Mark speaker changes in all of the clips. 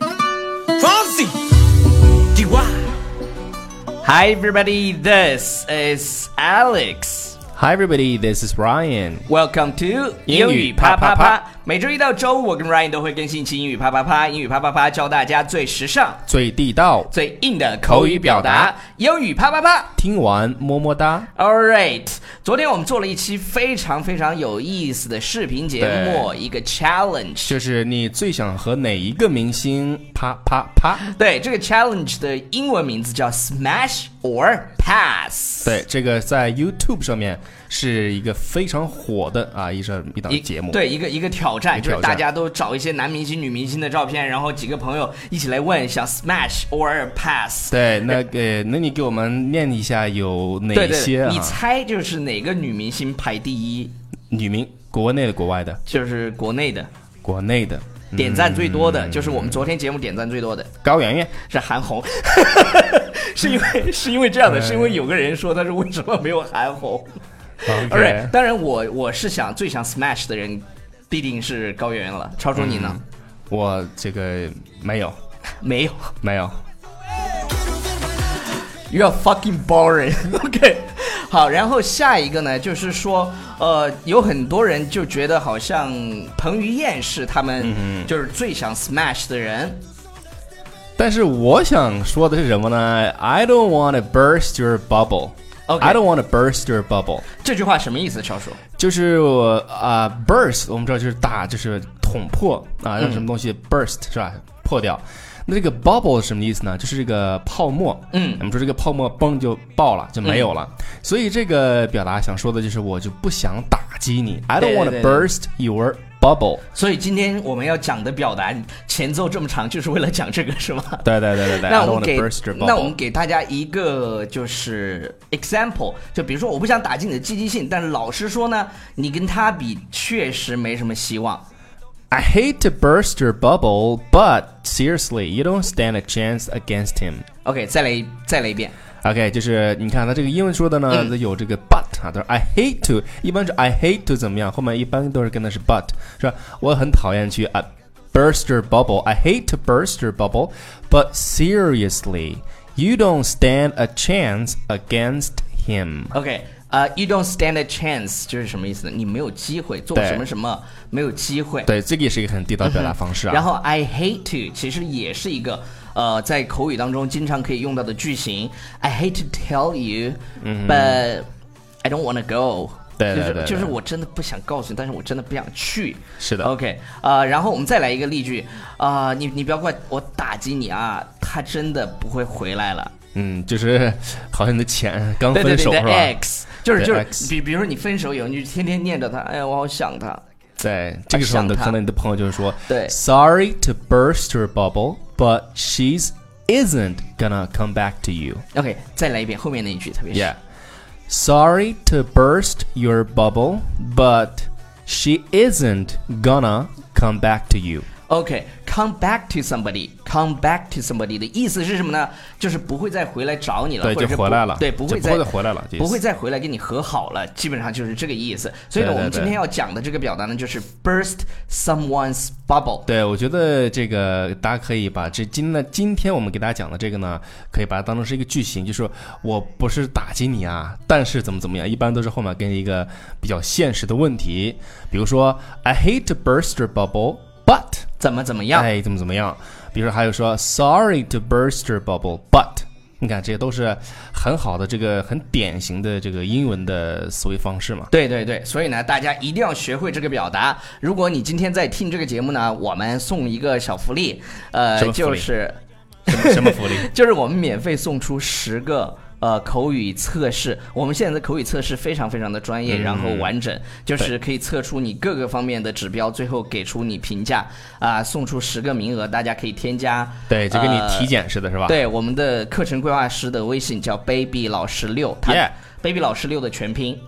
Speaker 1: Fancy DY
Speaker 2: Hi everybody, this is Alex.
Speaker 3: Hi, everybody. This is Ryan.
Speaker 2: Welcome to
Speaker 3: 英
Speaker 2: 英
Speaker 3: 语
Speaker 2: 语
Speaker 3: 啪
Speaker 2: 啪啪
Speaker 3: 啪啪
Speaker 2: 啪。每周一到周五，我跟 Ryan 都会更新一期英语啪啪啪。英语啪啪啪教大家最时尚、
Speaker 3: 最地道，
Speaker 2: 最硬的口语表达。英语啪啪啪。
Speaker 3: 听完么么哒。
Speaker 2: All right，昨天我们做了一期非常非常有意思的视频节目，一个 challenge。
Speaker 3: 就是你最想和哪一个明星啪啪啪？
Speaker 2: 对，这个 challenge 的英文名字叫 Smash or Pass。
Speaker 3: 对，这个在 YouTube 上面是一个非常火的啊，一个一档
Speaker 2: 一
Speaker 3: 节目。，
Speaker 2: 对一个一个挑
Speaker 3: 一
Speaker 2: 战，
Speaker 3: 个
Speaker 2: 就
Speaker 3: 挑
Speaker 2: 是
Speaker 3: 战
Speaker 2: 大家都找一些男明星、女明星的照片，然后几个朋友一起来问，想 smash or pass。
Speaker 3: 对，那呃，那你给我们念一下有哪
Speaker 2: 对
Speaker 3: 些
Speaker 2: 对，
Speaker 3: 啊？
Speaker 2: 你猜就是哪个女明星排第一？
Speaker 3: 女明，国内的、国外的、
Speaker 2: 就是国内的
Speaker 3: 国内的，
Speaker 2: 点赞最多的，就是我们昨天节目点赞最多的
Speaker 3: 高圆圆。
Speaker 2: 是韩红， 是因为是因为这样的，是因为有个人说他说为什么没有韩红？
Speaker 3: OK，
Speaker 2: 而且当然我我是想最想 smash 的人必定是高圆圆了，超叔你呢？
Speaker 3: 嗯我这个没有，
Speaker 2: 没有。
Speaker 3: 没有。
Speaker 2: You're fucking boring. OK，好，然后下一个呢，就是说，呃，有很多人就觉得好像彭于晏是他
Speaker 3: 嗯
Speaker 2: 们就是最想 smash 的人。
Speaker 3: 但是我想说的是什么呢？I don't want to burst your bubble.
Speaker 2: OK
Speaker 3: I don't want to burst your bubble.
Speaker 2: 这句话什么意思，超叔？
Speaker 3: 就是我啊、b u r s t 我们知道就是打，就是捅破
Speaker 2: 嗯
Speaker 3: 啊，让什么东西 burst 是吧？破掉。那这个 bubble 是什么意思呢？就是这个泡沫。
Speaker 2: 嗯
Speaker 3: 我们说这个泡沫嘣就爆了，就没有了。所以这个表达想说的就是，我就不想打击你。I
Speaker 2: 对
Speaker 3: don't
Speaker 2: 对对
Speaker 3: want to burst your bubble.
Speaker 2: 所以今天我们要讲的表达前奏这么长，就是为了讲这个，是吗？
Speaker 3: 对对对对对。
Speaker 2: 那
Speaker 3: I
Speaker 2: 我
Speaker 3: don't
Speaker 2: 们
Speaker 3: want to
Speaker 2: 给
Speaker 3: burst your bubble.
Speaker 2: 那我们给大家一个就是 example，就比如说我不想打击你的积极性，但是老实说呢，你跟他比确实没什么希望。
Speaker 3: I hate to burst your bubble, but seriously, you don't stand a chance against him.
Speaker 2: OK，再来一再来一遍。
Speaker 3: OK，就是你看他这个英文说的呢，有这个 but 啊，他说 I hate to，一般是 I hate to 怎么样，后面一般都是跟的是 but，是吧？我很讨厌去啊 burst your bubble. I hate to burst your bubble, but seriously, you don't stand a chance against him.
Speaker 2: OK，呃、y o u don't stand a chance 就是什么意思呢？你没有机会做
Speaker 3: 对
Speaker 2: 什么什么，没有机会。
Speaker 3: 对，这个也是一个很地道的表达方式啊。
Speaker 2: 然后 I hate to 其实也是一个呃，在口语当中经常可以用到的句型。I hate to tell you, but I don't want to go。
Speaker 3: 嗯对对
Speaker 2: 就是
Speaker 3: 对对
Speaker 2: 就是我真的不想告诉你，但是我真的不想去。
Speaker 3: 是的
Speaker 2: OK，呃，然后我们再来一个例句啊、你你不要怪我打击你啊，他真的不会回来了。
Speaker 3: 嗯，就是好像你的钱刚
Speaker 2: 对
Speaker 3: 分
Speaker 2: 对
Speaker 3: 手
Speaker 2: 对，
Speaker 3: 是
Speaker 2: 你的
Speaker 3: 吧？
Speaker 2: ex 就是就
Speaker 3: 对
Speaker 2: 是，
Speaker 3: ex
Speaker 2: 比比如说你分手以后，你就天天念着他，哎呀，我好想他。
Speaker 3: 对，这个时候你的
Speaker 2: 想他
Speaker 3: 可能你的朋友就是说，
Speaker 2: 对
Speaker 3: ，Sorry to burst your bubble, but she's isn't gonna come back to you.
Speaker 2: OK，再来一遍后面那一句，特别是
Speaker 3: Yeah. Sorry to burst your bubble, but she isn't gonna come back to you.
Speaker 2: OK，come back to somebody，come back to somebody 的意思是什么呢？就是不会再回来找你了，
Speaker 3: 对
Speaker 2: 或者是
Speaker 3: 就
Speaker 2: 不
Speaker 3: 回来了
Speaker 2: 对，
Speaker 3: 就
Speaker 2: 不会
Speaker 3: 不会再回来了这意思
Speaker 2: 不会再回来跟你和好了，基本上就是这个意思。所以呢，
Speaker 3: 对对
Speaker 2: 我们今
Speaker 3: 对
Speaker 2: 天要讲的这个表达呢，就是 burst someone's bubble。
Speaker 3: 对，我觉得这个大家可以把这今呢，今天我们给大家讲的这个呢，可以把它当成是一个句型，就是说我不是打击你啊，但是怎么怎么样，一般都是后面跟一个比较现实的问题，比如说 I hate to burst your bubble, but
Speaker 2: 怎么怎么样？
Speaker 3: 哎怎么怎么样，比如说还有说 Sorry to burst your bubble, but 你看这些都是很好的这个很典型的这个英文的思维方式嘛。
Speaker 2: 对对对，所以呢，大家一定要学会这个表达。如果你今天在听这个节目呢，我们送一个小福利，呃
Speaker 3: 什，么福
Speaker 2: 就
Speaker 3: 利
Speaker 2: 是
Speaker 3: 什么什么福利？
Speaker 2: 就是我们免费送出十个。呃，口语测试，我们现在的口语测试非常非常的专
Speaker 3: 嗯
Speaker 2: 业，然后完整，就是可以测出你各个方面的指标，最后给出你评价啊、送出十个名额，大家可以添加。
Speaker 3: 对，就跟你
Speaker 2: 呃
Speaker 3: 体检似的，是吧？
Speaker 2: 对，我们的课程规划师的微信叫 baby 老师六，他
Speaker 3: Yeah
Speaker 2: baby 老师六的全拼，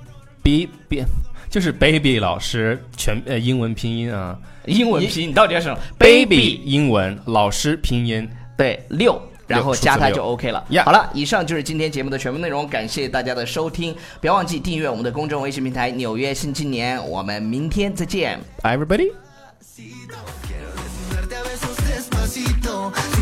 Speaker 3: B B 就是 baby 老师全呃英文拼音啊
Speaker 2: 英文拼，你到底要什么
Speaker 3: ，baby 英文老师拼音，
Speaker 2: 对六。然后
Speaker 3: 数字
Speaker 2: 加他就
Speaker 3: 六
Speaker 2: OK 了。
Speaker 3: Yeah
Speaker 2: 好了，以上就是今天节目的全部内容，感谢大家的收听，不要忘记订阅我们的公众微信平台《纽约新青年》，我们明天再见。
Speaker 3: everybody。
Speaker 1: Si no quiero desnudarte a besos después
Speaker 4: Diosito